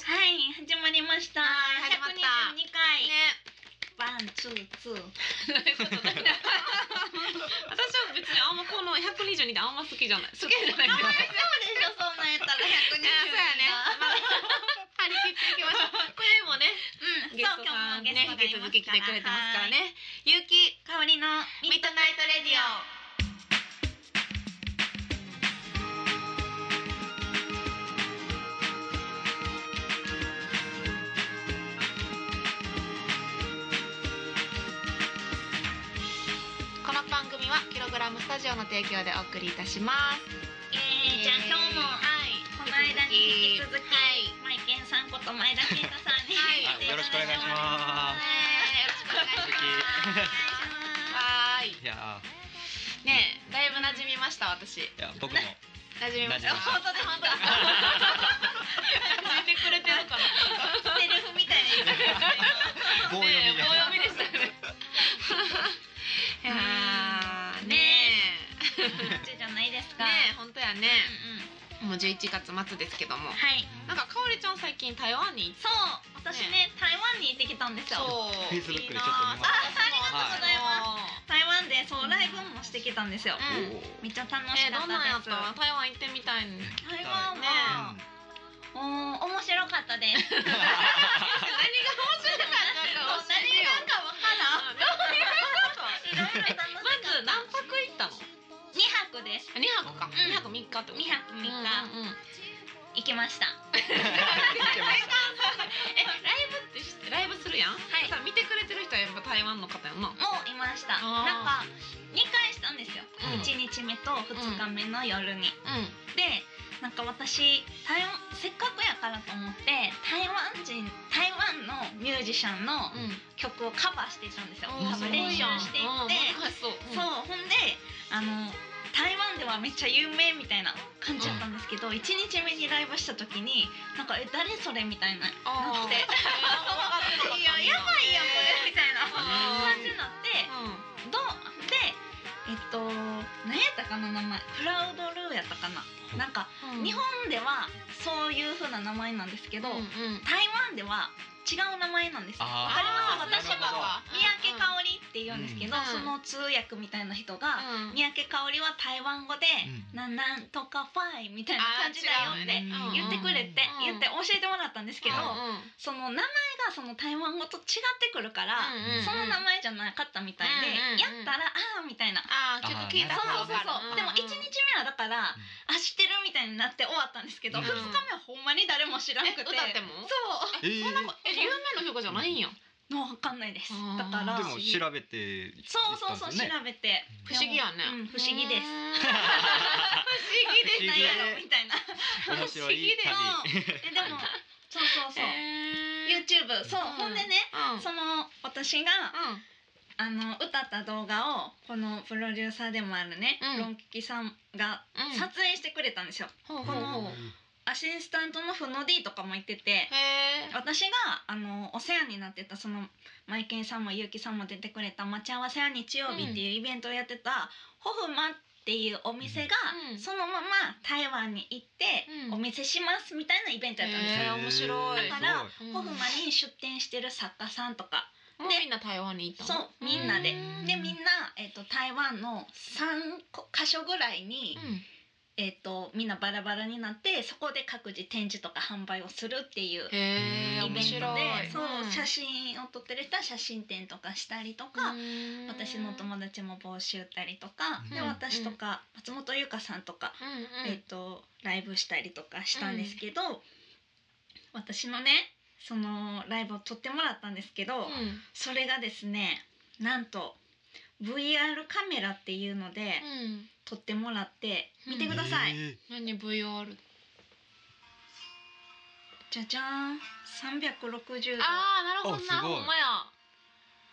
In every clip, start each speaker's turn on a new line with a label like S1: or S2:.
S1: 始まりました。
S2: はい始ま
S1: 百
S2: っ
S1: 二十
S2: た
S1: 二回。
S2: ね
S1: ワンツーツー。
S2: どういうことだ私は別にあんまこの122ってあんま好きじゃない好きじゃないけ
S1: そう
S2: ど
S1: でしょそんなんやったら百
S2: いやそうやね、まあ、張り切っていきましょうこれもね
S1: うん。
S2: ゲストさんね
S1: そう今日もゲ
S2: 引
S1: スト
S2: き
S1: が
S2: 続き来てくれてますから。ねゆうき
S1: 香りの
S2: ミッドナイトレディオこの番組はキログラムスタジオの提供でお送りいたします
S1: えー、じゃあ今日も
S2: はい
S1: この間に引き続き、
S2: はい
S1: マイケンさんこと前田健太さんに、
S2: はい
S1: 来てただ
S3: はいよろしくお願いしま
S2: ね
S3: す
S2: えよろしくお願いしますはーい
S3: いや
S2: ねえだいぶ馴染みました私
S3: ーいや僕も
S2: 馴染みました
S3: 馴
S2: 本
S3: 染みました
S2: 当だ本当だ 馴染んでくれてるかな
S1: お願いしますセルフみたいな言 い方ですね。
S3: 棒読
S2: ね
S3: み
S2: え
S3: で
S2: 棒読みでしたよね いやーね
S1: こ
S2: え
S1: っちじゃないですか。
S2: ねえ本当やね
S1: うんうん。
S2: もう11月末ですけども
S1: はい。
S2: なんかかおりちゃん最近台湾に行って
S1: そう、私ね台湾に行ってきたんですよ。
S2: そう
S3: Facebook でちょっと見ました
S2: いい
S1: ああり
S2: な
S1: が
S2: は
S1: 台湾でそうライブもしてきたんですよ。
S2: うん
S3: おー
S1: めっちゃ楽
S2: い
S1: し
S2: え
S1: か
S2: ど
S1: った
S2: んなんや
S1: で
S2: っ
S1: す。
S2: たの台湾行ってみたいの
S1: 台湾
S2: ね
S1: は、おー面白かったです。
S2: 何が面白かったか
S1: そう
S2: 教
S1: 何
S2: えてよ
S1: がかわからん。いろいろ楽し
S2: ま
S1: かっ
S2: ず
S1: た。
S2: 何泊行ったの
S1: 二泊です。
S2: 二泊か
S1: うん
S2: 二泊三日ってこと
S1: 二泊三日
S2: うんうんうん
S1: 行きました。
S2: えライブって知ってライブするやん
S1: はい
S2: さ見てくれてる人はやっぱ台湾の方やん
S1: も
S2: な
S1: ういました。
S2: あ
S1: なんか
S2: ー
S1: 二回したんですよ。
S2: うん
S1: 一日目と二日目の夜に。
S2: うん
S1: でなんか私台湾せっかくやからと思って台湾人台湾のミュージシャンの
S2: うん
S1: 曲をカバーしていたんですよ、
S2: うん
S1: カバー練習していって、
S2: 難しそううん
S1: そうほんであの台湾ではめっちゃ有名みたいな感じだったんですけど、一1日目にライブした時になんか「え誰それ?」みたいな「
S2: あー
S1: なって
S2: そう
S1: いややばいやんこれ」みたいな
S2: あー
S1: 感じになって。
S2: う
S1: どうでえっと何やったかな名前クラウドルーやったかななんか
S2: んうん
S1: 日本ではそういう風な名前なんですけど、
S2: うんうん
S1: 台湾では違う名前なんですよわ
S3: あー
S1: かります
S3: な
S1: 私
S3: るほど
S1: は三宅
S2: お
S1: 香織って言うんですけど、
S2: うん
S1: その通訳みたいな人が、三
S2: や
S1: 宅香織は台湾語で、
S3: うん
S1: なんなんとかファイみたいな感じだよっ
S2: あー違
S1: て
S2: う
S3: よね
S1: 言ってくれて、
S2: うん
S1: 言って教えてもらったんですけど、
S3: うん
S1: その名前がその台湾語と違ってくるから、その名
S2: 前
S1: 前じゃなかったみたいで、
S2: うんうんうん
S1: やったらああみたいな。
S2: ああ結構聞いた
S1: そう
S2: こ
S1: そ
S2: とわ
S1: う
S2: かる
S1: そう。でも一日
S2: うんうん
S1: 目はだから、あ知ってるみたいになって終わったんですけど、
S3: うん
S1: 二日目はほんまに誰も知らなくて。
S2: え歌っても
S1: そう。
S3: えー
S2: え有名な曲じゃないんや
S1: もうわかんないです。
S2: あー
S1: だから。
S3: で
S1: そ
S3: も調べて
S1: うそうそう、調
S3: 行ったんですよね
S1: べて。
S2: 不思議やね
S1: うん不思議です。
S3: 不思議
S1: なんやろみたいな。
S3: 面白い
S1: 不思議でえでも、そうそうそう。
S2: え
S1: YouTube そう、
S2: うん
S1: ほんでね、
S2: うん
S1: その私があの歌った動画をこのプロデューサーでもあるね、
S2: うん
S1: ロンキキさんが
S2: うん
S1: 撮影してくれたんですよ。
S2: ほうほうほう
S1: アシスタントのフノディとかも行ってて、
S2: へえ
S1: 私があのお世話になってたそのマイケンさんもゆうきさんも出てくれた「待ち合わせは日曜日」っていうイベントをやってた、ホフマンっていうお店が、
S2: うん
S1: そのまま台湾に行って、
S2: うん
S1: お見せしますみたいなイベントやったんですよ。
S2: へー面白い
S1: だから
S3: す
S2: うん
S1: ホフマンに出店してる作家さんとか、
S2: もうみんな台湾に行った
S1: そ
S2: の
S1: うみんなで、
S2: うん
S1: でみんな、えっと台湾の3箇所ぐらいに、
S2: うん
S1: えっとみんなバラバラになってそこで各自展示とか販売をするっていう
S2: へえ
S1: イベント
S2: 面
S1: で
S2: 白い
S1: そう、
S2: ん
S1: 写真を撮ってる人は写真展とかしたりとか、
S2: うん
S1: 私の友達も帽子売ったりとか、
S3: うん
S1: で私とか、松本優香さんとか、
S2: うんうん
S1: えっ、とライブしたりとかしたんですけど、私のねそのライブを撮ってもらったんですけど、
S2: うんうん
S1: それがですねなんと VR カメラっていうので撮ってもらって、見てください。
S3: え
S2: 何 VR
S1: じゃじゃーん360度
S2: ああなるほど
S3: あ
S2: な
S3: すごい
S2: ほんまや
S3: ー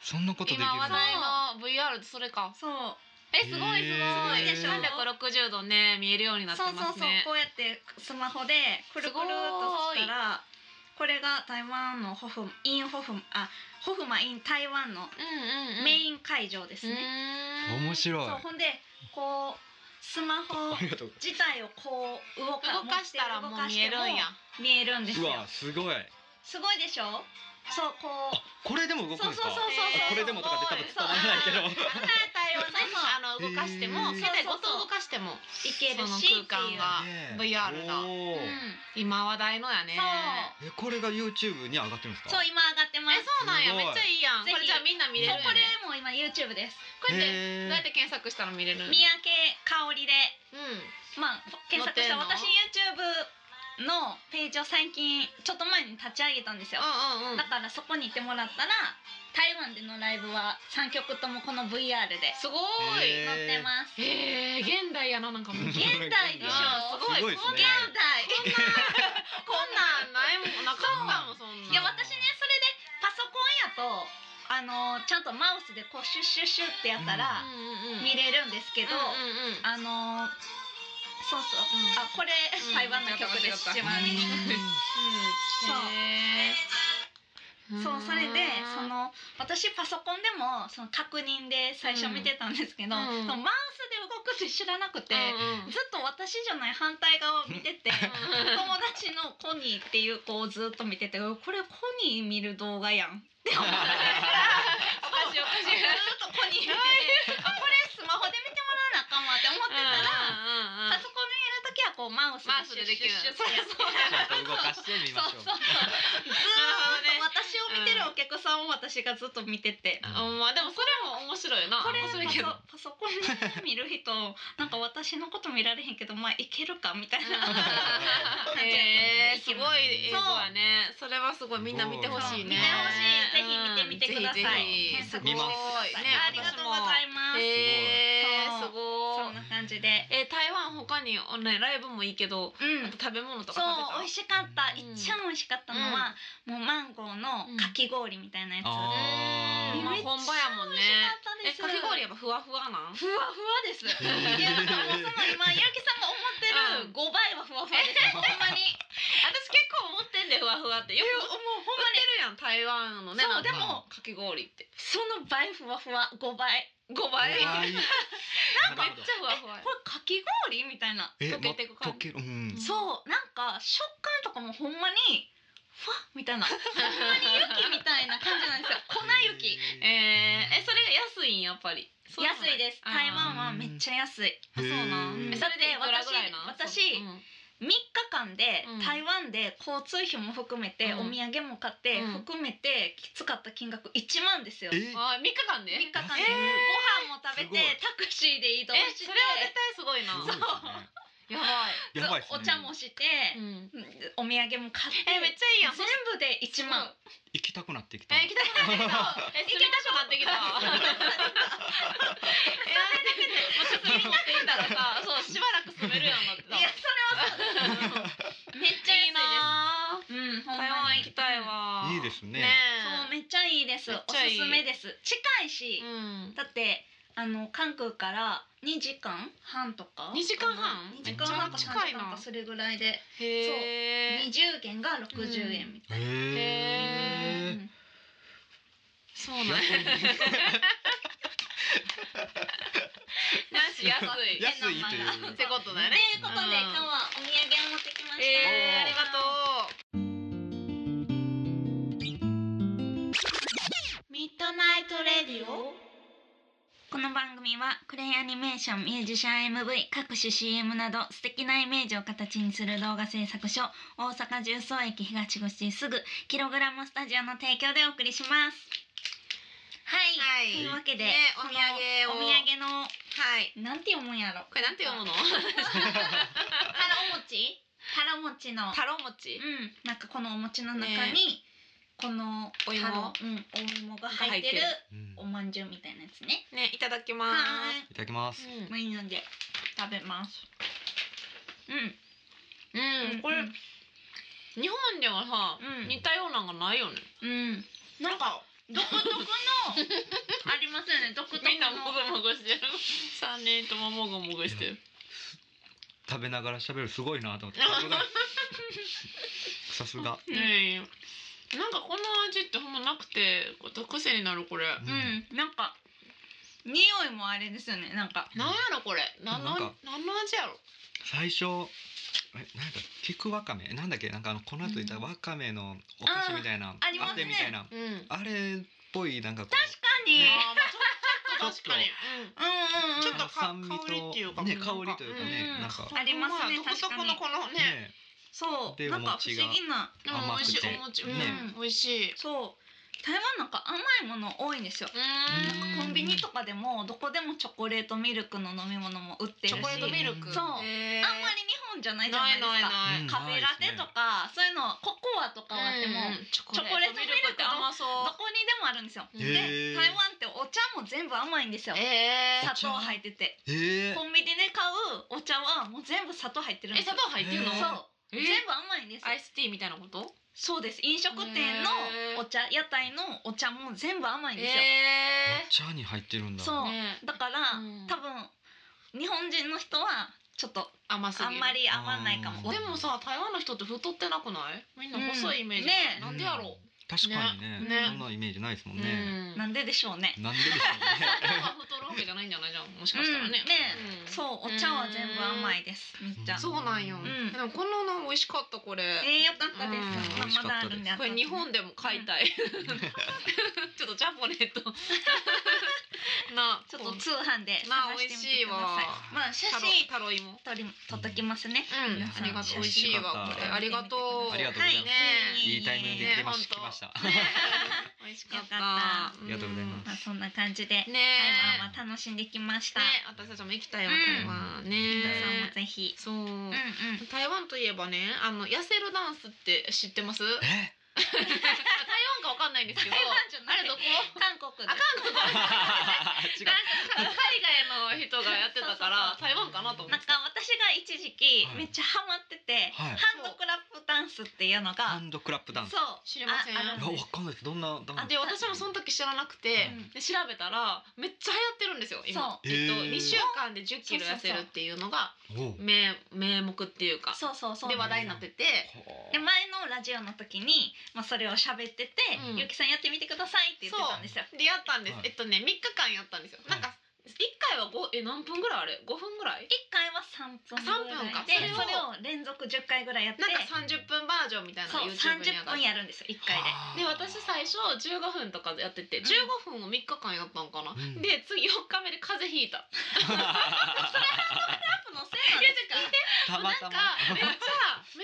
S3: そんなことでき
S2: 今
S3: るの
S2: 話題の VR ってそれか
S1: そう
S2: えすごいすごい
S1: へーすごいでしょ
S2: 360度ね見えるようになって
S1: そうそ
S2: ま
S1: う
S2: す
S1: そう
S2: ね
S1: こうやってスマホでくるくるっとしたらこれが台湾のホフインホフあホフマイン台湾の
S2: うんうんうん
S1: メイン会場ですね、
S2: ね
S3: 面白い
S1: そうほんでこうスマホ
S3: ありがとう
S1: 自体をこう動か
S2: 動かしたらもう見えるんや
S1: 持って動かしても見えるんです
S3: う
S1: よ
S3: わすごい
S1: すごいでしょそうこう
S3: これでも動くんです
S1: そうそ
S3: か
S1: うそう
S2: そう
S3: あこれでもとかって多分伝わらないけど
S2: 体をね
S1: そうそう
S2: あの動かしても
S3: へ
S2: 世
S3: ー
S2: 代ごと動かしても
S1: いけるし
S2: その空間が VR だ
S3: お
S1: っ
S3: ー
S1: ていう、
S2: 今話題のやね
S1: そ
S3: えこれが YouTube に上がってるんで
S1: う
S3: す
S1: そ
S3: か
S1: う今上がってま
S2: え
S1: す
S2: そうなんや
S3: すごい
S2: めっちゃいいやん
S1: ぜ
S2: こ
S1: ひ
S2: れじゃあみんな見れるや
S1: そうこれ
S2: ね
S1: も今 YouTube です
S2: これってどうやっ
S3: へー
S2: て検索したら見れるのうん
S1: 三宅香りでまあ検索した
S2: 載ってんの
S1: 私 YouTube のページを最近ちょっと前に立ち上げたんですよ、
S2: うんうんうん
S1: だからそこに行ってもらったら台湾でのライブは3曲ともこの VR です
S2: ご
S3: へ
S2: い
S3: ー
S1: 載ってます、
S2: へえ現代やななんかもう
S1: 現代でしょ
S2: あーすごい
S3: すごいです
S2: こん
S3: ね
S1: 現代
S2: なこんなこんなんないもんなかったもんそん
S1: い
S2: なん
S1: や私ねそれでパソコンやとあのちゃんとマウスでこうシュッシュッシュッってやった
S2: う
S1: ら
S2: んうんうん
S1: 見れるんですけど、
S2: うんうんう
S1: あの
S2: ん
S1: そうそう、
S2: うん
S1: あこれ、
S2: ん
S1: 台湾の曲です
S2: 間違った
S1: 一番
S2: 間違
S1: ねそう
S2: へー
S1: そうそれでそ
S2: うん
S1: の私パソコンでもその確認で最初見てたんですけど、
S2: うん
S1: そのマウスで動くって知らなくて、
S2: うんうん
S1: ずっと私じゃない反対側を見てて
S2: ん
S1: 友達のコニーっていう子をずっと見ててうわこれコニー見る動画やんって思って
S2: おかしいおか
S1: ず
S2: しい
S1: っとコニー見ててあこれスマホで見てもらわなあかんわって思ってたら、
S2: うんうんうん
S1: パソコンにいる時はこうマウス
S2: マウスでできる
S1: シュッシュッシュッってやって
S3: ちゃんと動かしてみましょう
S1: そうそう私を見てるお客さんを私がずっと見てて、
S2: うんまあでもそれも面白いな
S1: これ
S2: 面
S1: パソ
S2: 白いけど
S1: パソコンで見る人なんか私のこと見られへんけどまあいけるか みたいな感じや
S2: へえ
S1: ったんです
S2: ごい映像やねそれはすごいみんな見てほしいね
S1: 見てほしいぜひ見てみてください
S2: うんぜ
S1: 検索
S2: ひぜひ
S3: 見ます
S1: ね
S2: ね
S1: ありがとうございます、
S2: へー
S1: そう
S2: すご
S1: そ
S2: い
S1: んな感じで
S2: えー台湾他にオンラインライブもいいけど
S1: う
S2: あ
S1: ん
S2: と食べ物と
S1: そ
S2: か
S1: う美
S2: 食
S1: 味し
S2: べた
S1: かった、
S2: うん
S1: 一番美味しかったのは、もうマンゴーのかき氷みたいなやつ、
S3: あ
S2: あ
S1: ー
S2: ーまあ本場やもん
S1: 美味し
S2: ね
S1: かった
S2: え
S1: です
S2: かき氷やっぱふわふわなん
S1: ふわふわ です。いや、そもそも今、ゆうきさんが思ってる五倍はふわふわです。ほんまに。
S2: 私結構思ってんでふわふわってよく
S1: もう、ほん
S2: 売ってるやん台湾のね
S1: そう
S2: なんか
S1: でも
S2: かき氷って
S1: その倍ふわふわ、五倍。
S2: 5
S3: 怖
S2: 倍め
S3: い
S2: っち
S3: なるほど
S2: ゃふわふわ
S1: これかき氷みたいな。
S3: え
S2: 溶けていく感じ
S3: ま溶けるうん
S2: うん
S1: そう、なんか食感とかもほんまに。ふわっみた いな。ほんまに雪みたいな感じなんですよ。粉雪。
S3: え
S2: えー、えそれが安いんやっぱり
S1: 安いです。台湾はめっちゃ安い。
S2: あそうな
S3: へ
S2: ん
S3: ー
S2: えそれでいくらぐらいな
S1: 私
S2: そううん
S1: 3日間で
S2: うん
S1: 台湾で交通費も含めて、
S2: うん
S1: お土産も買って、
S2: うん
S1: 含めて使った金額1万ですよ。
S3: え
S2: あー3日間で
S1: 3日間で、
S3: え
S1: ご飯も食べて
S3: す
S1: タクシーで移動
S2: え
S1: して
S2: それは絶対すごいな
S3: すごいですね
S2: やば
S1: ず
S3: やばいですね
S1: お茶もして、
S2: い、うん、
S1: お土産も買って
S2: えめっちゃいいやん
S1: 全部で1万
S3: 行きたくなってきた
S2: え行きたくなってきた え住みたくなってきた えやめてくれ もうちょっと家持っていったらさそうしばらく住めるやんなって
S1: いやそれはそうですめっちゃ
S2: いいな
S1: 安いですうんほんま
S2: 台湾
S1: に
S2: 行きたいわ
S3: いいですね
S1: そうめっちゃいいです
S2: めっ
S1: お
S2: ち
S1: す
S2: ゃいい
S1: すめです近いし、
S2: うん
S1: だってあの関空から2時間半とか
S2: 二時間半
S1: 2時間半か
S2: めっちゃ
S1: 3
S2: 近
S1: 時
S2: いな
S1: 間かそれぐらいで
S2: へえ
S1: 20元が60円みたいな、
S2: へ
S3: へ
S1: うん
S2: そう
S3: ー
S2: なんやなんし安い
S3: 安いという
S2: ってことだ
S1: と
S2: ね
S1: いうことで、今日
S2: うん
S1: はお土産を持ってきました、
S2: えー、ありがと
S1: うミッドナイトレディオこの番組はクレイアニメーションミュージシャン MV 各種 CM など素敵なイメージを形にする動画制作所大阪十三駅東口すぐキログラムスタジオの提供でお送りしますは、
S2: はいい
S1: というわけで、
S2: ねお
S1: この
S2: 土産を
S1: お土産の
S2: うはい
S1: なんて読むんやろ
S2: これなんて読むの
S1: たらお餅たらお餅の
S2: タロ餅
S1: うん、なんかこのお餅の中に、
S2: ね
S1: この
S2: お芋
S1: タロうん、お芋が入ってる
S2: が入ってる
S3: うん
S1: お饅頭みたいなやつね。
S2: ねいただきま
S1: は
S2: す
S1: い
S3: いただきます
S2: うん、
S1: みんなで食べます。う
S2: うん、これ、
S1: うん
S2: 日本ではさ、
S1: うん
S2: 似たようなのがないよね
S1: ん、うん、なんか独特のありますよね。独特の。
S2: みんなもぐもぐ してる三人とももぐもぐしてる
S3: 食べながら喋るすごいなと思ってさすがさすが
S1: うん
S2: ねえなんかこの味ってほんまなくてこう癖になるこれ
S3: うん
S1: うん、なんか匂いもあれですよね。なんか
S2: なんやろこれな
S3: なんか
S2: 何の味やろ
S3: 最初えなんか菊わかめなんだっけなんかあのこの後いたわかめのお菓子みたいな、
S1: ありますね
S3: あれみたいな
S2: うん。
S3: あれっぽいなんかこう
S1: 確かに、
S2: あーまあち ょっと確かに。うん
S1: うんうんうん
S2: ちょっとか
S3: 酸味と
S2: 香りっていうか
S3: ね
S2: うん
S3: 香りというかね、
S1: うん
S3: なんか
S1: ありますね
S2: ほん独特の
S1: 確
S2: このね。
S3: ね
S1: そう
S3: で
S1: なん
S3: お
S1: か不
S3: 餅
S1: 思
S3: が
S1: 議な
S2: うん
S3: 甘
S2: 美
S3: く
S2: 味
S3: て
S2: しいお餅。う
S1: ね
S2: ん。美味しい。
S1: そう台湾なんか甘いもの多いんですよ
S2: う
S3: うん
S2: ん。
S1: コンビニとかでもどこでもチョコレートミルクの飲み物も売ってるし
S2: チョコレートミルク。
S1: そう
S2: あんまり
S1: あんまり日本じゃないじゃないですか
S2: ないないない。
S3: うん
S1: カフェラテとか、そういうのココアとかはあっても、
S2: うんチョ
S1: コレートミルクって甘
S2: そ
S1: どこにでもあるんですよ
S2: へ
S1: で
S3: ー
S1: 台湾ってお茶も全部甘いんですよ
S2: えー
S1: 砂糖入ってて
S3: え
S1: コンビニで買うお茶はもう全部砂糖入ってるん
S2: え
S1: です
S2: 砂
S1: よ
S2: 糖入ってるの？
S3: え
S1: そう
S2: えー
S1: 全部甘いんですよ
S2: アイスティーみたいなこと？
S1: そうです飲食店
S2: へー
S1: のお茶屋台のお茶も全部甘いんですよ、
S2: え
S3: お茶に入ってるんだ
S1: そう
S2: ね
S1: だから、
S2: うん
S1: 多分日本人の人はちょっと
S2: ー甘すぎ
S1: あ
S2: る。
S1: んまり合わないかも
S3: あ
S2: で
S3: ー
S2: もさ台湾の人って太ってなくない？みんな細いイメージ。
S1: うんね
S2: なんでやろ
S3: 確かにね
S2: ね
S3: そんなイメージないですも
S2: う。
S3: んね、
S2: うん
S1: なんででしょうね
S3: なんででしょうね
S2: パンは太るわけじゃないんじゃないじゃんもしかしたら
S1: う
S2: ね。
S1: んね
S2: うん
S1: そうお茶は全部甘いですめっちゃ
S3: ん
S2: そうなんよ。
S1: ん
S2: でもこのの美味しかったこれ。
S1: えー、よかったで
S2: うん
S1: す、まあまだあるんで
S2: これ日本でも買いたい。 ちょっとジャポネ ット。な
S1: ちょっと通販で
S2: なあ
S1: 探してみてください
S2: 美
S1: ま
S2: 味しいわ。
S1: あ写
S2: タロ
S1: 真
S2: タロイモ。
S1: 撮り撮っときますね。
S2: うん
S1: 皆さん
S2: ありがとう
S1: 写真
S2: 美味しいわこれありがとう。
S3: ありがとうございます
S2: ね
S3: いいタイミングで来てまし
S2: ね
S3: 来ました
S2: ね美味しかった。
S1: よか
S3: ありがとうございます
S1: まあそんな感じで、
S2: ね
S1: 台湾は楽しんできました。
S2: ね私たちも行きたいわ
S1: うん
S2: 台湾
S1: 皆さんもぜ
S2: ね。
S1: ひ。
S2: そう。
S1: うんうん。
S2: 台湾といえばね、あの痩せるダンスって知ってます？台
S3: え
S2: 湾かわかんないんですけど、
S1: 台湾じゃな
S2: あ
S1: い
S2: れどこ？
S1: 韓国で
S2: あ韓国
S3: 違
S2: なんか
S3: う
S2: 海外の人がやってたから台湾かなと思
S1: な
S2: っ
S1: ん
S2: て。
S1: か私が一時期
S3: はい
S1: めっちゃハマってて、
S3: は
S1: ハ
S3: い
S1: ンドクラップダンスっていうの
S3: ハ
S1: が、
S3: ンドクラップダンス
S1: そ
S3: い
S1: う
S2: 知りません
S1: あある
S3: や
S1: ん
S3: わ
S1: です
S3: かんないですどんなダンス
S2: で私もその時知らなくて、
S1: うん
S2: で調べたらめっちゃ流行ってるんですよ今
S1: そ、
S3: う
S2: えっと、
S3: へー
S2: 2週間で1 0キロ痩せるっていうのが
S3: おう
S2: 名名目っていうか
S1: そうそうそう
S2: で話題になってて
S1: で前のラジオの時に、まあ、それを喋ってて、
S2: うん
S1: ゆきさんやってみてくださいって言ってたんですよ。
S2: でやったんです、
S3: はい
S2: えっとね3日間やったんですよ、
S3: はい
S2: なんか1回は5え何分ぐらいあれ5分ぐらい
S1: 一回は三分ぐらい
S2: あ三分か
S1: でそ
S2: そ
S1: れ
S2: れ
S1: を連続十回ぐらいやって
S2: なんか30分バージョンみたいな
S1: そう
S2: YouTube
S1: 三
S2: に
S1: 十
S2: 上がっ
S1: 分やるんですよ一回で。
S2: で私最初15分とかでやってて15分を3日間やったんかな、
S3: うん
S2: で次4日目で風邪ひ いた
S1: ハープのせいなんですか。
S3: たまたま
S2: なんかめ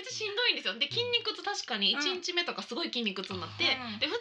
S2: っちゃめっちゃしんどいんですよで筋肉痛確かに1日目とかすごい筋肉痛になって、
S1: うん
S2: で2日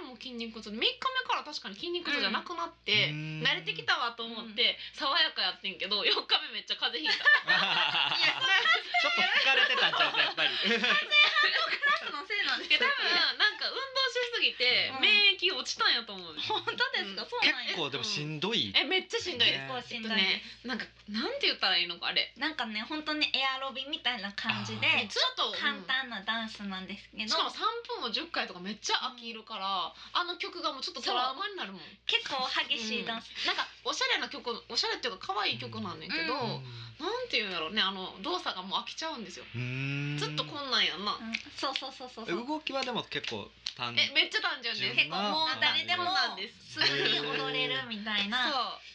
S2: 目も筋肉痛で3日目から確かに筋肉痛じゃなくなって、
S3: うん
S2: 慣れてきたわと思って爽やかやってんけど4日目めっちゃ風邪ひいた
S3: いやちょっと疲れてたんちゃうかやっぱり
S1: ハープのせいなんです
S2: で多
S1: よ
S2: 分。なんか運動しすぎて
S1: うん
S2: 免疫落ちたんやと思う、
S1: 本当ですか。
S2: うん
S1: そうなん です。
S3: 結構でもしんどい
S2: えめっちゃしんどいです、
S1: 結
S3: ね
S1: 構
S2: え
S1: し
S2: っ
S1: ん
S2: と
S1: どい
S2: ね
S1: です。
S2: なんかなんて言ったらいいのかあれ
S1: なんかね本当にエアロビみたいな感じで
S3: あ
S2: えちょっと
S1: 簡
S2: うん
S1: 単なダンスなんですけど、
S2: しかも3分を10回とかめっちゃ飽きるから、あの曲がもうちょっとトラウマになるもん
S1: 結構激しいダンス。
S2: なんかおしゃれな曲おしゃれっていうか可愛い曲なんねんけど、
S1: う
S2: なんていうんだろうねあの動作がもう飽きちゃうんですよ
S3: うん
S2: ずっとこんなんやんな、
S1: うんそうそうそうそうそう。
S3: 動きはでも結構単
S2: えめっちゃ単純です
S1: 結構もう誰でも
S2: なんです
S1: すぐに踊れるみたい
S2: そう
S1: な。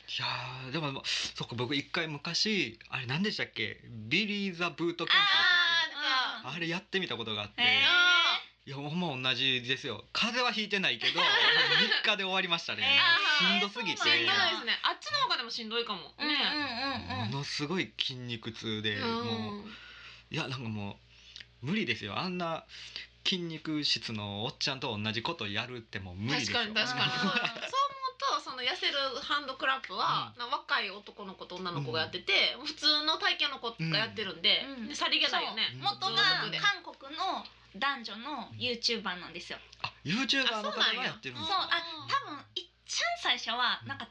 S3: いやーでもまあそっか僕一回昔あれ何でしたっけビリー・ザ・ブートキャンプ
S2: あーなんか
S3: あれやってみたことがあって、
S1: へー
S2: あ
S3: いやほんま同じですよ風邪はひいてないけど3日で終わりましたね、
S2: えー
S3: しんどすぎて
S2: しんどいで
S1: そうなんや
S2: すねあっちの方がでもしんどいかも
S1: うんうん
S2: ね
S1: うんうん。
S3: ものすごい筋肉痛で、もういやなんかもう無理ですよあんな筋肉質のおっちゃんと同じことやるってもう無理です
S2: 確
S3: よ
S2: かに確かにそうそう
S1: うん
S2: 思うとその痩せるハンドクラップは、な若い男の子と女の子がやってて、普通の体型の子がやってるんで、
S1: うん
S2: でさりげないよね
S3: そう
S1: 元が
S2: うん
S1: 韓国の男女のユーチューバーなんですよ。
S3: あ YouTuber の方
S2: あそうなん
S3: が
S2: や
S3: やってるん
S1: そ
S3: で
S1: う
S3: す
S2: ん
S3: か
S1: あ多分いっちゃん最初はなんか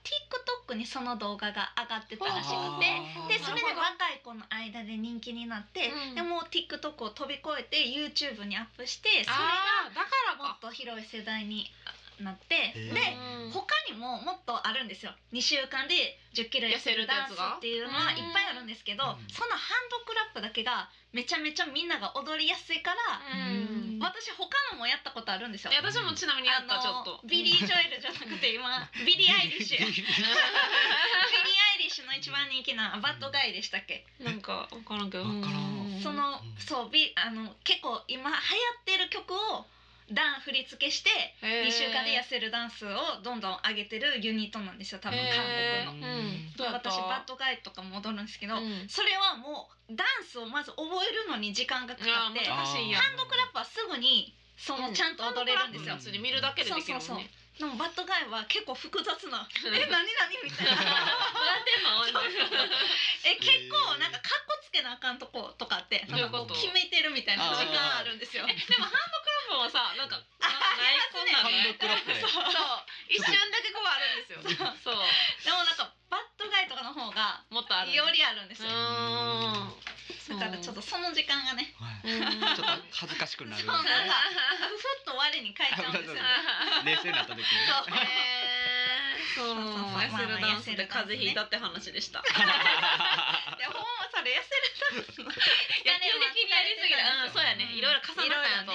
S1: TikTok にその動画が上がってたらしくて。
S3: あー
S1: でそれで若い子の間で人気になって、
S2: うん
S1: でもう TikTok を飛び越えて YouTube にアップしてそれが
S2: あーだから
S1: もっ
S2: か
S1: と広い世代になって
S3: へー
S1: で
S2: うん
S1: 他にももっとあるんですよ2週間で1 0キロ痩せるダンスっていうのは
S2: 痩
S1: い
S2: せるやつが
S1: っぱいあるんですけど、
S3: うん
S1: そのハンドクラップだけがめちゃめちゃみんなが踊りやすいから、
S2: うん、
S1: 私他のもやったことあるんですよ
S2: い。や私もちなみにやった
S1: あの
S2: ちょっと
S1: ビリー・ジョエルじゃなくて今ビリー・アイリッシュビリー・アイリッシ私の一番人気なバッドガイでしたっけ、
S2: なんか分からんけど
S3: 分からん
S1: その
S3: うん
S1: そうビあの結構今流行ってる曲をダン振り付けして2週間で痩
S2: す
S1: せるダンスをどんどん上げてるユニットなんですよ多分韓
S2: へー
S1: 国の。
S2: うんどうやった
S1: 私バッドガイとかも踊るんですけど、
S2: うん
S1: それはもうダンスをまず覚えるのに時間がかかって
S2: あー
S1: ハ
S2: 難しいや
S3: あー
S1: ンドクラップはすぐにそのちゃんと踊れるんですよ。
S2: 普通に見るだけでできるもんね
S1: そうそうでもバッドガイは結構複雑な 「え何何?」みたい
S2: どう
S1: な
S2: やってんの
S1: え結構なんかカッコつけなあかんとことかって
S2: どういうこと
S1: 決めてるみたいな時間あるんですよ。
S2: えでもハンドクラブはさなんか
S1: あ
S2: ないこんな
S3: ハ
S2: の
S3: ンドクラップで
S2: そう一瞬だけこうあるんですよそう
S1: でもなんかバッドガイとかの方が
S2: もっとある
S1: よりあるんですよ。
S2: う
S1: だ
S2: ん
S1: からちょっとその時間がね、
S3: はい
S2: うん
S3: ちょっと恥ずかしくなる
S1: そうなんかふっと我に返っちゃうんですよね。
S3: 冷静になった時に
S1: そう
S2: そう
S1: そうそう
S2: 痩せるダンスで風邪ひいたって話でした。
S1: いやほんまそれ痩せるために
S2: 野球的にやりすぎた。うん、そうやね。いろいろ重なったんやと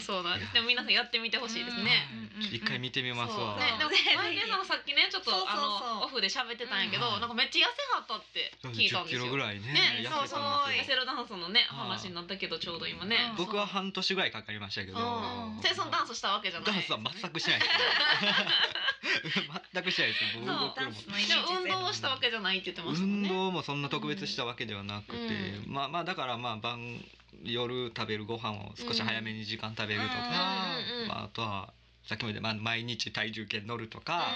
S1: いろいろね
S2: 思う。うん、そうだね。でも皆さんやってみてほしいです
S1: うん
S2: ね。
S1: うんうん
S3: 一回見てみます
S2: そう
S3: わ
S2: ね、でも
S1: ぜひ
S2: マイケルさんもさっきねちょっと
S1: そうそうそう
S2: あのオフで喋ってたんやけど、
S3: うん
S2: なんかめっちゃ痩せはったって聞いたん
S3: 10
S2: ですよ。
S3: キロぐらいね
S2: ね、
S3: 痩
S2: そう
S3: せ
S2: そう
S3: たんで
S2: 痩
S3: す
S2: せ
S3: よ
S2: るダンスのね
S3: はい
S2: 話になったけどちょうど今
S1: うん
S2: ね。
S3: 僕は半年ぐらいかかりましたけど
S2: うんん。せいそのダンスしたわけじゃない。
S3: ダンスは全くしないです 全くしないです僕
S1: そう
S3: 僕
S1: ダ
S3: ら
S1: ン
S3: も
S1: スのイメージ
S2: でも運動をしたわけじゃないって言ってましたもん
S3: 運
S2: ね。
S3: 動もそんな特別したわけではなくて、まあまあだからまあ晩夜食べるご飯を少し早めに時間食べるとか、
S2: うんうんうん
S3: まあ、あとはさっきも言った、まあ、毎日体重計乗るとか、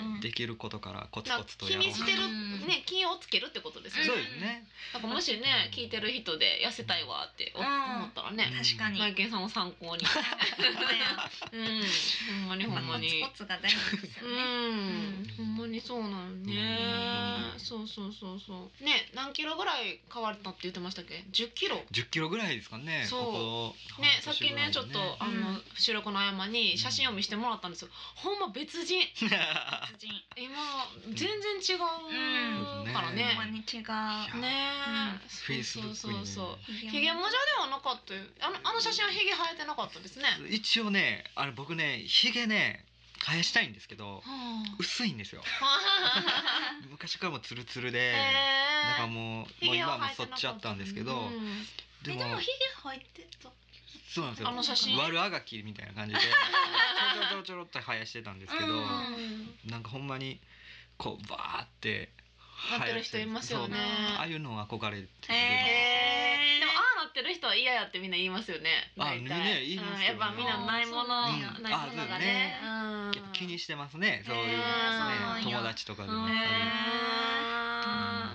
S1: うんうんうん
S3: できることからコツ
S2: な
S3: コ
S2: んか
S3: ツと
S2: 気
S3: やろう
S2: に
S3: か
S2: してる
S1: うん
S2: ね気をつけるってことですよ
S3: そう
S2: ね。
S3: ですね、
S2: なんかもしね聞いてる人で痩せたいわって思ったらね、
S1: 確かに。
S2: マイケルさんを参考に。うん、ほんまにほんまに。
S1: コツコツが大事ですよ
S2: う
S1: ね。
S2: ん、ほんまにそうなのね
S3: う。ん
S2: そうそうそうそう。ね、何キロぐらい変わったって言ってましたっけ？十キロ。ね、
S3: 10キロぐらいですかね
S2: そう
S3: ここ
S2: さっきねちょっとあ
S1: う
S2: の
S1: ん
S2: 収録の合間に写真を見せてもらったんですよ。ほんま別人。
S3: っと
S1: 達人
S2: 今全然違うから
S1: ほ
S3: うん
S2: ね
S1: ん。まに違う。
S3: うん
S2: ね
S1: うん、
S3: フェイス
S2: そ
S3: ブ
S2: うそうそ
S3: ック
S2: う
S3: に
S2: そう。
S1: ひ
S2: ヒゲもじゃではなかったよ。あのあの写真はヒゲ生えてなかったですね。
S3: 一応ねあれ僕ねひげね生やしたいんですけど
S2: は
S3: 薄い んですよ
S2: あ
S3: 昔からもツルツルで、なんか
S2: えー
S3: もうもう
S2: 髭
S3: 今
S2: は
S3: はもう
S2: 生え
S3: そ
S2: てな
S3: っ
S2: かた
S3: ちやったんですけど、
S2: うん
S1: え
S3: でも
S1: でもひげ生えてた。
S3: そうなんですよ
S2: あの写真
S3: 悪あがきみたい な感じでちょろちょろちょろっと生やしてたんですけど、
S1: うん
S3: なんかほんまにこうバーって
S2: なってる人いますよね
S3: 生やしてるそうああいうの憧れてる、
S2: へ
S1: へー
S2: ーでもああなってる人は嫌やってみんな言いますよね
S3: あ
S2: 大体
S3: ね言いますよね
S2: うんやっぱみんなないもの、
S3: うん
S2: ないものがね
S3: やっぱ気にしてますねそういうの
S2: へ
S3: ね
S2: ーそうなん
S1: や
S3: 友達とかでもやっ
S2: ね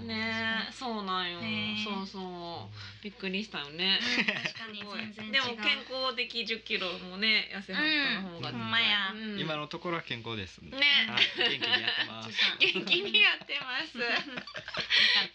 S3: うん
S2: ねそうなんよ、
S1: ね
S2: そうそうびっくりしたよね
S1: 確かに
S2: すごい
S1: 全 然違う。
S2: でも健康的10キロもね痩せはったの方が
S3: うん
S1: ほんまや
S2: う
S3: ぱり
S2: ん
S3: 今のところは健康です、
S2: ね
S3: はい元気にやってま
S1: ち
S3: す
S1: さん。
S2: 元気にやって ます。い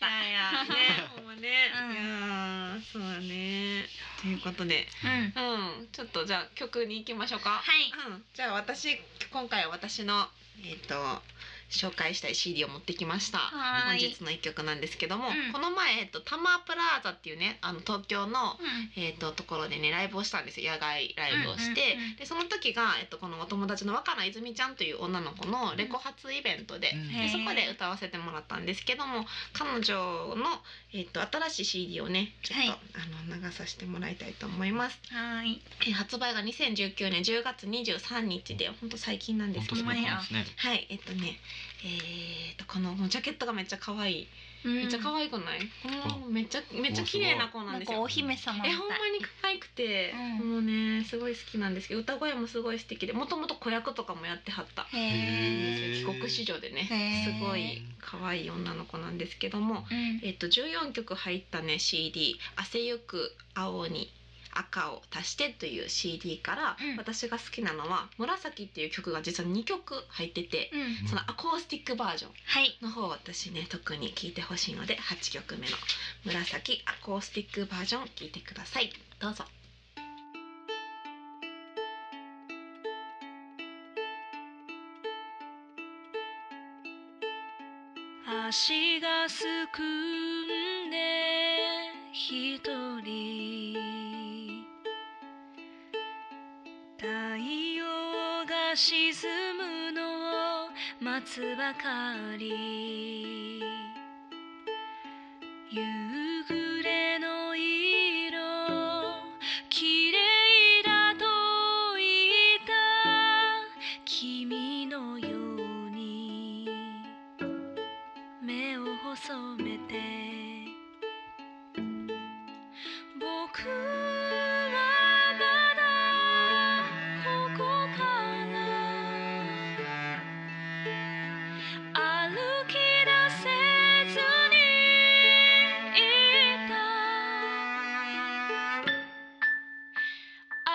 S2: やいやね、ほんまね、
S1: うん
S2: いやーそうだね。ということで、
S1: うん。
S2: うん、ちょっとじゃあ曲に行きましょう
S1: は
S2: か。
S1: い。
S2: うん、じゃあ私今回は私のえっ、と紹介したい CD を持ってきました。
S1: は
S2: 本
S1: ーい
S2: 日の一曲なんですけども、
S1: うん
S2: この前えっとタマープラーザっていうね、あの東京の
S1: うん
S2: えー、とところでねライブをしたんですよ野外ライブをして、
S1: うんうんうん
S2: でその時が、えっとこのお友達の若菜泉ちゃんという女の子のレコ発イベントで,、
S3: うん
S2: でそこで歌わせてもらったんですけども彼女の、えっと新しい CD をねちょっと、
S1: はい
S2: あの流させてもらいたいと思います。
S1: はーい。
S2: えー発売が2019年10月23日でほんと最近なんで
S3: 本
S2: す
S3: 当
S2: けど
S3: そう
S1: ほ
S3: なん
S1: ま
S3: で
S1: や
S3: すね
S2: はいえっ、とねえっ、とこのもうジャケットがめっちゃ可愛い、めっちゃ可
S1: い
S2: 愛くないこのめっちゃめっちゃ綺麗な子なん
S1: なん
S2: です
S1: か
S2: よ
S1: お。姫様み
S2: え
S1: たい
S2: ほんまに可愛くて、
S1: うん
S2: もうねすごい好きなんですけど歌声もすごい素敵でもともと子役とかもやってはった
S1: へー
S3: へー
S2: 帰国子女でね
S1: へー
S2: すごい可愛い女の子なんですけども、
S1: うん。
S2: えっと、14曲入ったね CD「汗ゆく青に赤を足して」という CD から、
S1: うん
S2: 私が好きなのは「紫」っていう曲が実は2曲入ってて、
S1: うん。
S3: ん
S2: そのアコースティックバージョン
S1: はい。
S2: の方を私ね特に聴いてほしいので8曲目の「紫アコースティックバージョン」聴いてくださいどうぞ
S1: 足がすくんで一人太陽が沈むのを待つばかり
S4: 夕暮れの色綺麗だと言った君のように目を細めて僕はまだここから歩き出せずにいた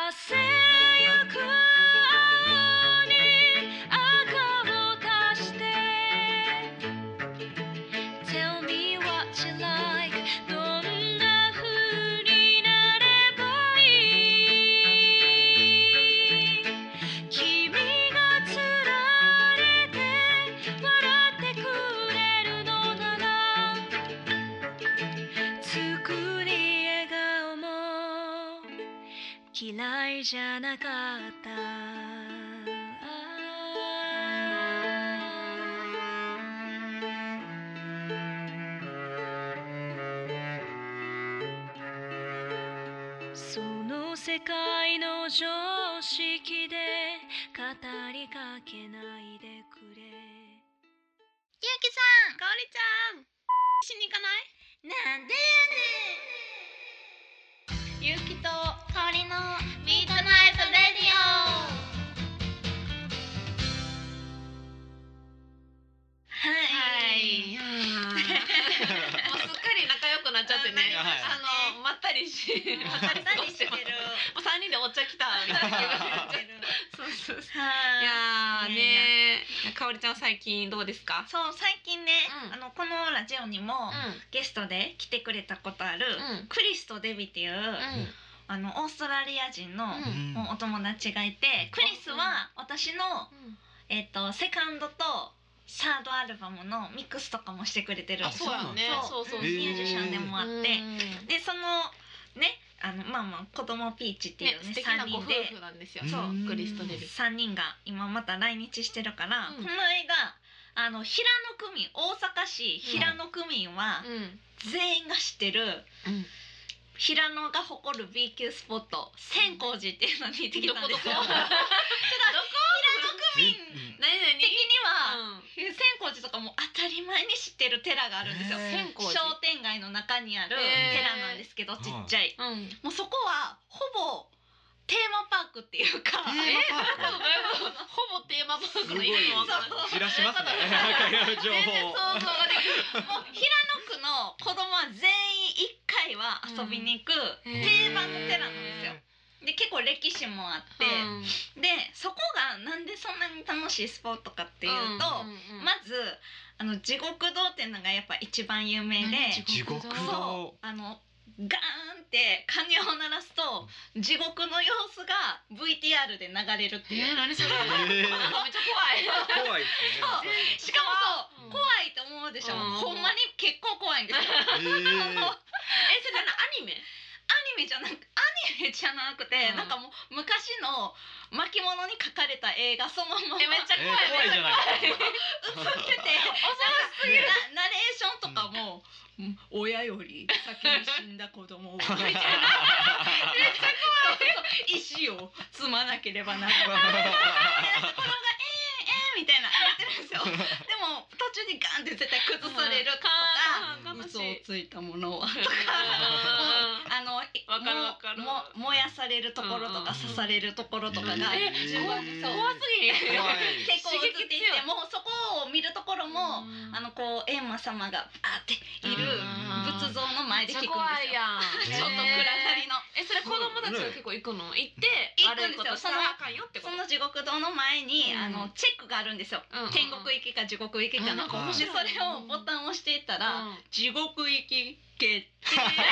S4: 汗ゆく青に赤を足して Tell me what you like どんな風になればいい君がつられて笑ってくれるのなら作り笑顔も嫌いじゃなかったその世界の常識で語りかけないでくれ
S1: ゆうきさん
S2: かおりちゃんしに行かない
S1: なんで
S2: ゆうき
S1: やねん
S2: と
S1: 香りの
S2: ミートナイトレディオはい。もうすっかり仲良くなっちゃってね。
S3: はい
S2: あのまったりし、 まったり過ごしてます。もう三人でお茶来たみたいな気がしてる。そうそうそう。いやーねー、かおりちゃん最近どうですか？
S1: そう最近ね、
S2: うん
S1: あのこのラジオにも
S2: う
S1: ゲストで来てくれたことある、
S2: うん
S1: クリスト・デビっていう、
S2: ん
S1: あのオーストラリア人の、
S2: うん
S1: もうお友達がいてクリスは私の、
S2: うん。
S1: えっとセカンドとサードアルバムのミックスとかもしてくれてる
S3: あ
S2: そうやね。そうそうそう。
S1: ミ
S3: へー
S1: ュージシャンでもあって、
S2: うん
S1: でそのねあのまあまあ子供ピーチっていう
S2: ね、
S1: ね
S2: 素敵な
S1: 3人
S2: ご夫
S1: で
S2: 婦なんですよ。
S3: そう
S2: クリストデビ。
S1: 3人が今また来日してるから、
S2: うん
S1: この間あの平野区民大阪市平野区民は
S2: うん。
S1: 全員が知ってる
S2: うん。
S1: 平野が誇る B 級スポット千光寺っていうのに行ってき
S2: ど
S1: たん
S2: こ
S1: で
S2: どこ？
S1: すよ。
S3: え
S1: 平野区民
S3: うん
S2: 何
S1: 的に
S2: 何？
S1: は、千光寺とかも当たり前に知ってる寺があるんですよ。
S3: へー
S2: 千光
S1: 商
S2: 寺
S1: 店街の中にある
S2: へー
S1: 寺なんですけど、ちっちゃい。
S2: うん。うん。
S1: もうそこはほぼテーマパークっていうか、
S3: テーマパーク
S2: ほぼテーマパークの意味もわからない。
S3: 散らしますね。なんか情
S2: 全然
S3: 報。
S2: 想像ができる。
S1: もう平野区の子供は全員一回は遊びに行く
S2: うん
S1: 定番の寺なんですよ。で結構歴史もあって、でそこがなんでそんなに楽しいスポットかっていうと、まずあの地獄堂っていうのがやっぱ一番有名で、
S2: うん
S3: 地獄
S2: 地獄
S1: そ
S3: 堂
S1: う。あのガーンって鐘を鳴らすと地獄の様子が VTR で流れるっていう。
S2: 何それ。
S3: えー
S2: めっちゃ怖い。
S3: 怖いで
S1: しかもそう、
S2: うん
S1: 怖いと思うでしょ、
S2: うん
S1: ほんまに結構怖いんですよア
S3: すね。えー
S2: え、それ何アニメ？
S1: ニメじゃなくアニメじゃなくて、
S2: うん
S1: なんかもう昔の巻物に書かれた映画そのまま
S2: えめっちゃ
S3: えー怖いじゃないですか。
S1: 出て恐ろしすぎるナナレーションとかも、うん親より先に死んだ子供をみたい な石を積まなければな らないえーみたいな言ってるん ですよでも途中にガンって絶対崩されるとか、
S2: 悲し
S1: 嘘を
S2: い。
S1: ついたものは
S2: え
S1: あのい
S2: わかるわかる
S1: もも燃やされるところと
S2: うんうんう
S1: か
S2: ん
S1: 刺されるところとかが、
S3: えー
S1: 自分
S2: 怖
S1: の
S2: 怖すぎる。
S3: 怖い。
S1: 結構映っていて
S2: 刺激強い
S1: もうそこを見るところも、あのこう閻魔様があっている
S2: うん
S1: 仏像の前で聞くんですよ。
S2: 怖いやん。
S1: ちょっと暗がりの、
S2: え、それ子供たちが結構行くの？行って
S1: 行
S2: 悪
S1: くん
S2: い
S1: ですよ
S2: ことしたらあかんよってこ
S1: そ
S2: と。
S1: の地獄堂の前に、
S2: うん
S1: あのチェックがあるんですよ。
S2: うん
S1: 天国行きか地獄行きか
S2: うん
S1: の、
S2: なんか
S1: も
S3: 面
S1: し
S3: 白
S1: そ
S2: い
S1: れをボタンを押していったら、
S2: うん
S1: 地獄行き決定。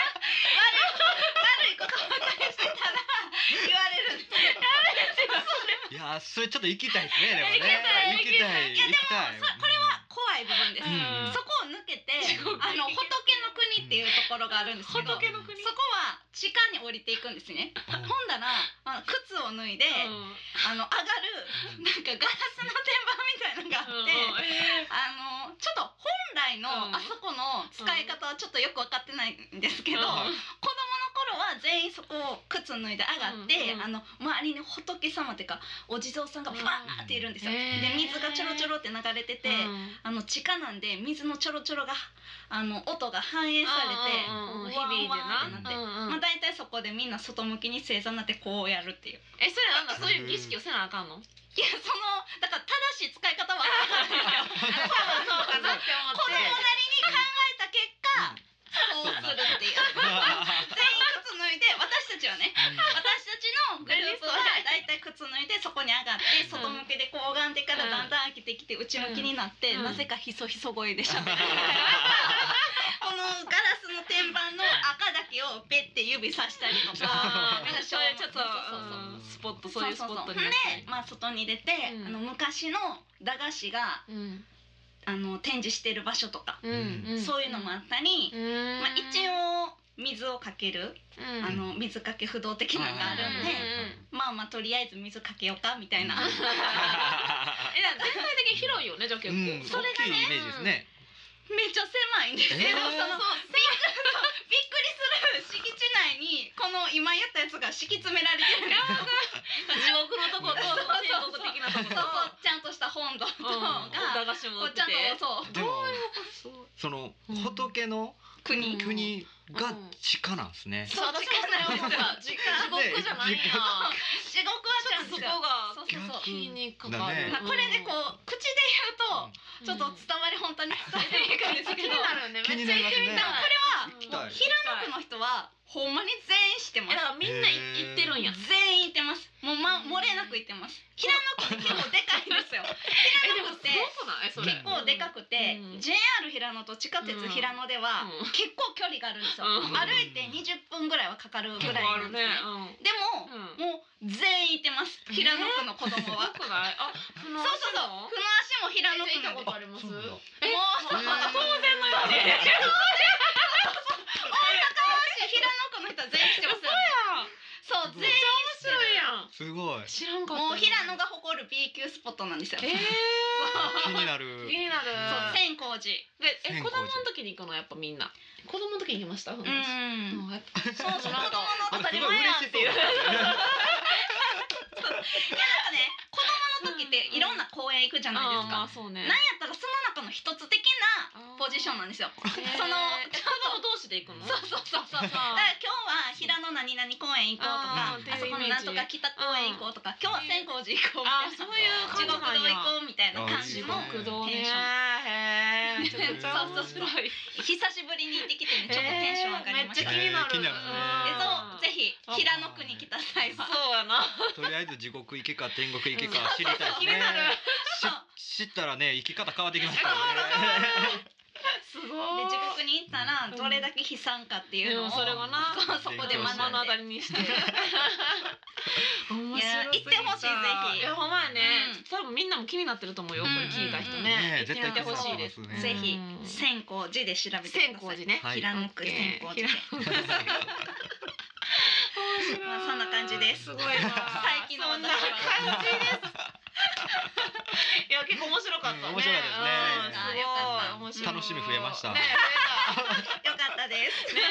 S1: 悪いことばかりしてたら言われるんですよ。
S3: いやーそれちょっと行きたいですね。でもね
S2: 行きたい
S3: 行きたい。行きたい。これは
S1: 怖い部分です。
S2: うん
S1: そこを抜けて、
S2: 地獄行
S1: あ
S2: き
S1: の仏の国っていうところがあるんですけど、そこ
S2: 仏の国。
S1: は地下に降りていくんですね。ほんだら、あの靴を脱いで、
S2: うん
S1: あの上がるなんかガラスの天板みたいのがあって、あのちょの使い方はちょっとよく分かってないんですけど、
S2: う
S1: 子
S2: ん
S1: 供の頃は全員そこを靴脱いで上がって、
S2: うんうん
S1: あの周りに仏様っていうかお地蔵さんがバーっているんですよ。
S2: うんへ
S1: で
S2: ー
S1: 水がちょろちょろって流れてて、
S2: うん
S1: あの地下なんで水のちょろちょろがあの音が反映さ
S2: うんうんうん
S1: れて
S2: 響いて
S1: わ
S2: な
S1: ーわーってなって、
S2: うん
S1: まあ、
S2: うん
S1: 大体そこでみんな外向きに正座になってこうやるっていう。
S2: えそれなんかそういう儀式を せなあかんの？
S1: いやそのだから正しい使い方は分かん ないんですよ。
S2: そうかそうかなって思
S1: 子供なりに考えた結果、そうするっていう 全員靴脱いで私たちはね私たちのグループはだいたい靴脱いでそこに上がって
S2: うん
S1: 外向けでこう拝んでからだんだん飽きてきて内向きになって、
S2: うん
S1: なぜかひそひそ声でしゃべるみたいなこのガラスの天板の赤だけをペッて指さしたりとか。
S2: あ
S1: ー
S2: なんかそういうちょっと
S1: そう
S3: そうそう
S2: うんスポットそういうスポット
S1: そうそうそう
S2: に
S1: ほん
S2: なっ
S1: で
S2: て、
S1: まあ、外に出て、
S2: うん
S1: あの昔の駄菓子が
S2: うん
S1: あの展示してる場所とか、
S2: うんうん
S1: そういうのもあったり、まあ、一
S2: 応
S1: 応水をかける、
S2: あ
S1: あの水かけ不動的なのがあるんで、まあまあとりあえず水かけようかみたいな、
S2: えだから全体的に広いよねじゃあ結構、
S3: うん、
S1: それがね
S3: 大きいイメージですね。
S1: めっちゃ狭いんですよ、
S3: えー
S1: そのびっくりする敷地内にこの今言ったやつが敷き詰められてるんですよ
S2: 地獄のとこと天国的なと
S1: そう
S2: こ
S1: そう
S2: と
S1: ちゃんとした本堂と
S2: うん
S1: が、
S2: 駄菓子も
S1: こ
S2: 売
S1: う
S2: って
S1: ちゃんと
S2: て
S1: そう
S3: でもその仏の
S1: 国、
S2: うん
S3: 国が地下なんですね。
S2: そう私もそれ思った地獄じゃないんや
S1: 地獄はちゃんと
S2: そこが
S1: そうそうそう
S3: 逆
S2: 気にかか
S3: だ
S2: る
S3: ね
S1: まあこれでこう口で
S2: うん
S1: 言うとちょっと伝わり本当に伝わりにくいんです
S2: 気
S1: け
S2: に
S1: ど
S2: なるね
S3: 気
S2: め
S3: に
S2: っち
S3: な
S2: ゃ行
S3: りま
S2: っ
S3: す
S1: は平野区の人
S2: てみたい
S3: ね行きたい
S1: はほんまに全員知ってま
S2: え
S1: す
S2: だからみんな行ってるんや
S1: 全員行ってますもう、ま、漏れなく行ってます平野区って結構でかいんですよ
S2: え
S1: 平
S2: で
S1: 野
S2: も
S1: 区
S2: す
S1: って
S2: ごくないそれ
S1: 結構でかくて、
S2: うん
S1: JR 平野と地下鉄平野では
S2: うん
S1: 結構距離があるんですよ、
S2: うん
S1: 歩いて20分ぐらいはかかるぐ
S2: 結
S1: らい
S2: 構あ
S1: な
S2: る
S1: ん
S2: ね
S1: ですねでも、も
S2: うん
S1: う全員行ってます平野区の子供は、
S2: よくないあそう
S1: そうそうそう
S2: う
S1: この足も平野区
S2: 行った
S1: な
S2: こ
S1: んで
S2: とあります
S3: そうなんだ
S2: え
S1: もう
S2: 当然のように
S1: 平野区の人は全員知ってますよそう全員知ってる
S3: すごい
S2: 知らんかった
S1: もう平野が誇る B 級スポットなんですよ、
S2: え
S3: 気になる。
S2: ー気になる
S1: そう千光寺
S2: でえ
S3: 千光寺
S2: 子供の時に行くのやっぱみんな子供の時に行きましたその話
S1: うん
S2: もうやっぱ
S1: そうそう子供の当たり
S3: すご
S1: 前やんっていう
S3: 嬉し
S1: なんかね子供の時っていろんな公園行くじゃないですか、
S2: あーまあそうね
S1: なんやったらその中の一つ的なポジションなんですよ
S2: その子
S1: その
S2: 供同士で行くの
S1: そうそうそうそうだ
S2: そう
S1: から今日は平野何々公園行こうとかあ
S3: あー
S1: そこのなんとか北公園行こうとか今日は千光寺行こう
S2: あ
S1: み
S2: ー
S1: た
S2: そ
S1: いう
S2: いう
S1: な
S2: 感
S1: 地
S2: じ
S1: 獄
S2: なん
S1: 堂行こうみ
S2: や
S1: たいな感じの
S3: あーいいね
S2: 地
S1: テンション
S2: 獄堂ねへーめちゃくちゃ
S1: そうそうそう
S2: 面白い
S1: 久しぶりに行ってきてねちょっとテンション上がりまし
S3: え
S1: た、
S3: ー
S2: めっ
S3: めっちゃ
S2: ちゃ気に
S3: 気に
S1: えそうぜひ
S2: なるうん
S3: なる
S1: 平野区に来た際は
S2: そうやな
S3: とりあえず地獄行けか天国行けか知りたいです
S2: 気
S3: ね
S2: になる。
S3: し知ったらね生き方変わってきますから
S2: すご
S1: で
S2: い
S1: 地獄に行ったらどれだけ悲惨かっていうのを、
S2: うんそれはな
S1: そうそこで学ん
S2: 目
S1: で
S2: の当たりにして面白すぎた
S1: いや行ってほしいぜひ
S2: いやほんまやね
S1: うん
S2: 多分みんなも気になってると思うよこれ聞いた人
S1: うん
S2: ね
S3: ね絶
S2: 行
S3: 対
S2: ってほしいです
S3: そう
S1: ぜ
S3: ね
S1: ひ
S2: うん
S1: 千光寺で調べてください。
S2: 千光寺ね
S3: はい
S1: 平野区千光寺で。まあそんな感じです
S2: すごいわ
S1: 最近の
S2: そん
S1: 私
S2: な
S1: は
S2: 感じですいや結構面白かったね
S3: うん面白かった
S1: ですね
S2: うんすごい面白い
S3: 楽しみ増えました
S2: ね 増えた
S1: よかったです。
S2: ね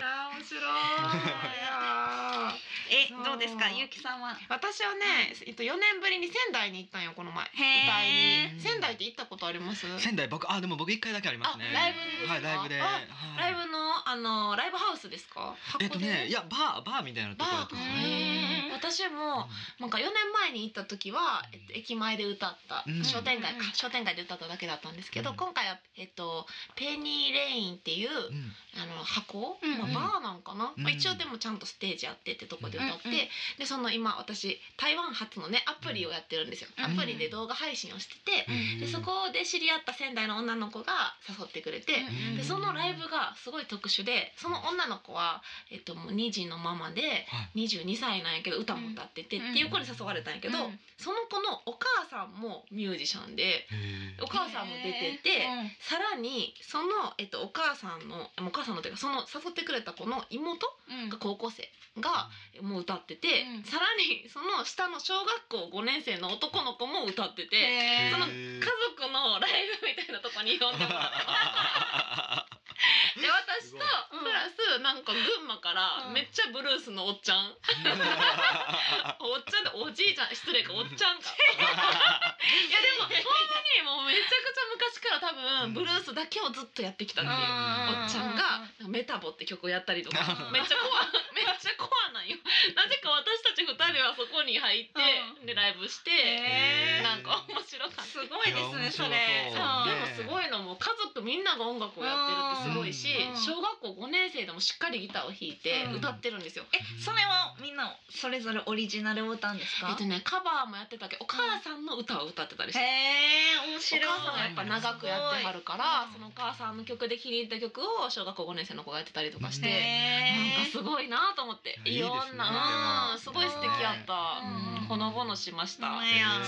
S2: あー 面白いあー
S1: え
S2: そう
S1: どうですかゆうきさんは。
S2: 私はね、えっと4年ぶりに仙台に行ったんよこの前
S1: へ
S2: 舞台
S1: ー
S2: に仙台って行ったことあります
S3: 仙台僕あでも僕一回だけありますね
S2: あライブですか
S3: はいライブで
S2: あ
S3: はい
S2: ライブのあのライブハウスですか
S3: えっとねいやバーバーみたいな
S2: バ
S3: ところだっ
S2: ー
S3: たん
S2: へ
S3: です
S1: うん
S3: ね
S2: ー私もなんか4年前に行った時は、えっと、駅前で歌った、
S3: うん
S2: 商店街か、
S1: うん
S2: 商店街で歌っただけだったんですけど、
S3: うん
S2: 今回は、えっと、ペニーレインっていう、
S3: うん
S2: あの箱、
S1: うん
S2: まあ、バーなんかな、
S3: うん
S2: まあ、一応でもちゃんとステージあってってとこで歌って、
S1: うんうん
S2: でその今私台湾発のねアプリをやってるんですよ、
S1: うん
S2: アプリで動画配信をしてて、
S3: うん
S2: でそこで知り合った仙台の女の子が誘ってくれて、
S3: うん
S2: でそのライブがすごい特殊でその女の子は、えっと、もう2児のママで
S3: は
S2: 22歳なんやけど歌も歌ってて、
S1: うん
S2: っていう子に誘われたんやけど、
S1: うん
S2: その子のお母さんもミュージシャンで
S3: いへー
S2: お母さんも出てて。
S1: へ
S2: さらにその、えっと、お母さんのお母さんのというかその誘ってくれた子の妹
S1: ーうん
S2: が高校生がもう歌ってて、
S1: うん
S2: さらにその下の小学校5年生の男の子も歌ってて、
S1: へー
S2: その
S3: へ
S2: 家
S3: ー
S2: 族のライブみたいなのとこに呼んでもらってで私とプラスなんか群馬から
S1: うん
S2: めっちゃブルースのおっちゃん、おっちゃんでおじいちゃん失礼かおっちゃんかいやでも本当にもうめちゃくちゃ昔から多
S3: うん
S2: 分ブルースだけをずっとやってきたっていう、
S1: うん
S2: おっちゃんが「メタボ」って曲をやったりとか
S1: うん
S2: めっちゃコア めっちゃコアなんよなぜか私たち二人はそこに入って
S1: う
S2: でライブして、
S1: へ
S3: ー
S2: なんか面白かった。
S1: すごいですねそれ
S3: いや
S2: で
S3: 面
S2: もすごいのも家族みんなが音楽をやってるってすごいし
S1: うん
S2: 小学校5年生でもしっかりギターを弾いて
S1: うん
S2: 歌ってるんですよ。
S1: えそれはみんなそれぞれオリジナルを歌うんです
S2: えっ
S1: か
S2: とねカバーもやってたけどお母さんの歌を歌ってたりして。
S1: へー面
S2: お
S1: 白い
S2: 母さんがやっぱ長くやってはるからそ
S3: すごい
S2: のお母さんの曲で気に入った曲を小学校5年生の子がやってたりとかして、
S3: うん
S2: なん
S1: へ
S2: かすごいなと思って
S3: い
S2: い
S3: や
S2: ろ
S3: いいですね
S2: ん
S3: でも
S2: なうんすごい素敵やった、
S1: うん
S2: うんほのぼのしました、
S1: ほんまや
S3: へー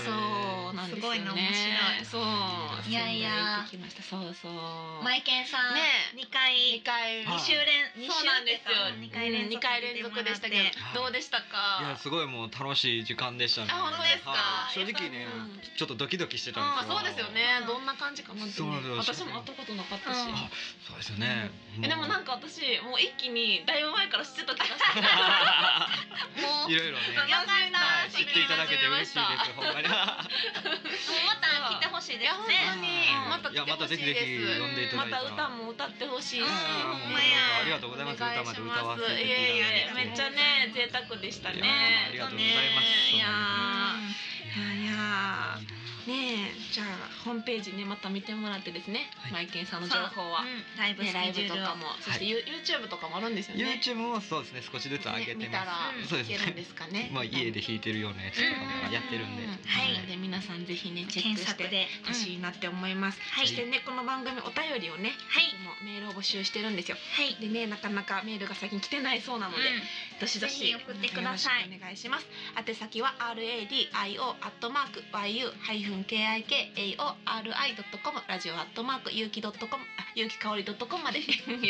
S2: そうなんですよね
S1: すごいな面白い
S2: そう
S1: いやいや
S2: 行ってきましたそうそう
S1: ーマイケンさん
S2: ね
S1: 二
S2: 二
S1: 回
S2: 回
S1: 二週連二週
S2: そうなんですよ
S1: 二回連
S2: 2
S1: 続
S2: 回連続でしたけどどうでした
S3: いや
S2: か
S3: すごいもう楽しい時間でしたね。
S2: あ本当ですか
S3: はい正直ね
S2: やっぱり
S3: ちょっとドキドキしてた
S2: あ
S3: んですよ。
S2: そうですよねどんな感じかなって
S3: そうなんですよ
S2: 私も会ったことなかったし
S1: うん
S3: あそうですよね。
S2: えでもなん
S3: か
S2: か私もう一気にだいぶ前から知ってた気がして もう
S3: いろいろね。
S1: やばいな
S3: はい知っていただけて嬉しいで す。ほんまに。
S1: また来てほしい
S2: い
S1: です
S2: や
S1: ね
S2: 本当に
S3: うん
S2: また来てほしいです
S3: いやまたぜひぜひ呼んでいただいたら
S2: また歌も歌ってほし
S1: う
S2: いし、
S1: ん
S3: あもう
S1: ほんまや
S3: ありがとうございます。
S2: お願い
S3: 歌
S2: し
S3: まで
S2: ま
S3: 歌わ
S2: す
S3: せてい
S2: いえいえ
S3: ただいて。
S2: めっちゃね贅沢でしたね
S3: いやありがとうございます
S2: いやーいや
S3: あ
S2: いやねえじゃあホームページねまた見てもらってですね、
S3: はい
S2: マイケンさんの情報は、ね
S1: ライブス
S2: ライ
S1: ケジュ
S2: ブと
S1: ール
S2: か
S1: を
S2: も、そしてユ YouTube とかもあるんですよね
S3: YouTube もそうですね少しずつ上げ
S2: ね
S3: て
S2: 見た
S3: ま
S2: ら
S1: うん
S3: そうで
S2: い
S3: す
S2: けるんですかね
S3: す。まあ家で弾いてるようなやつとかやってるんで。
S2: うん
S1: はい
S2: で皆さんぜひねチェッ
S1: 検
S2: クし
S1: 索
S2: て
S1: で
S2: ほしいなって思います、
S1: はい
S2: そしてねこの番組お便りをね、
S1: はい
S2: つもメールを募集してるんですよ
S1: はい
S2: でねなかなかメールが最近来てないそうなので、どしどし
S1: ぜひ送ってください
S2: よろしくお願いします宛先は radio アットマーク yu ハイフン k i k a o r i ドットコムラジオアットマークゆうきドットコムゆうきかおりドットコムま でよ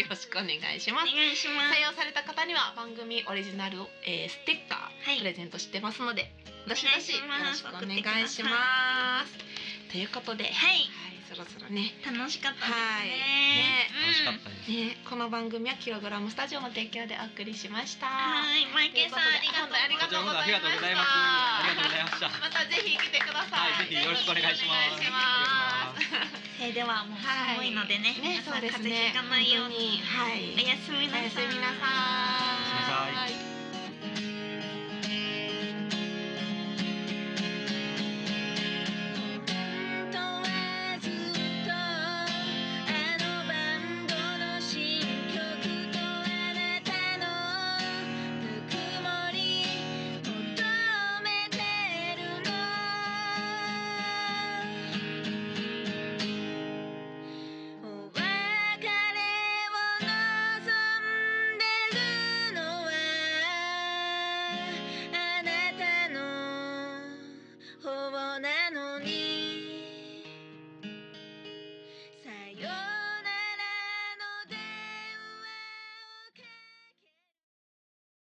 S2: ろしくお願いします
S1: お願いします
S2: 採用された方には番組オリジナル、えーステッカー
S1: はい
S2: プレゼントしてますので、どしどしよ
S1: お願
S2: ろ
S1: い
S2: し
S1: し
S2: くお
S1: ます
S2: 願いします。ということで、はい、
S1: はい
S2: そろそろね、
S1: 楽しかったです
S2: はい
S1: ね
S2: ね
S3: 楽しか
S1: うん
S3: ったです。
S2: ね、この番組はキログラムスタジオの提供でお送りしました。
S1: はいマイケンさんありがとうございます
S3: こちらこそありがとうございます。ありがとうございました。
S2: またぜひ来てください。
S3: はいぜひよろしくお願いします
S2: お願いします
S1: えーではもう寒いのでね、
S2: ね、
S1: 皆
S2: そ
S1: さ
S2: うんです
S1: 風
S2: ね。
S1: 邪ひかないように、
S2: 本当はい。
S1: おやすみ
S2: お
S1: なさ
S2: やすみなさ
S1: い
S3: おやすみなさ
S2: い。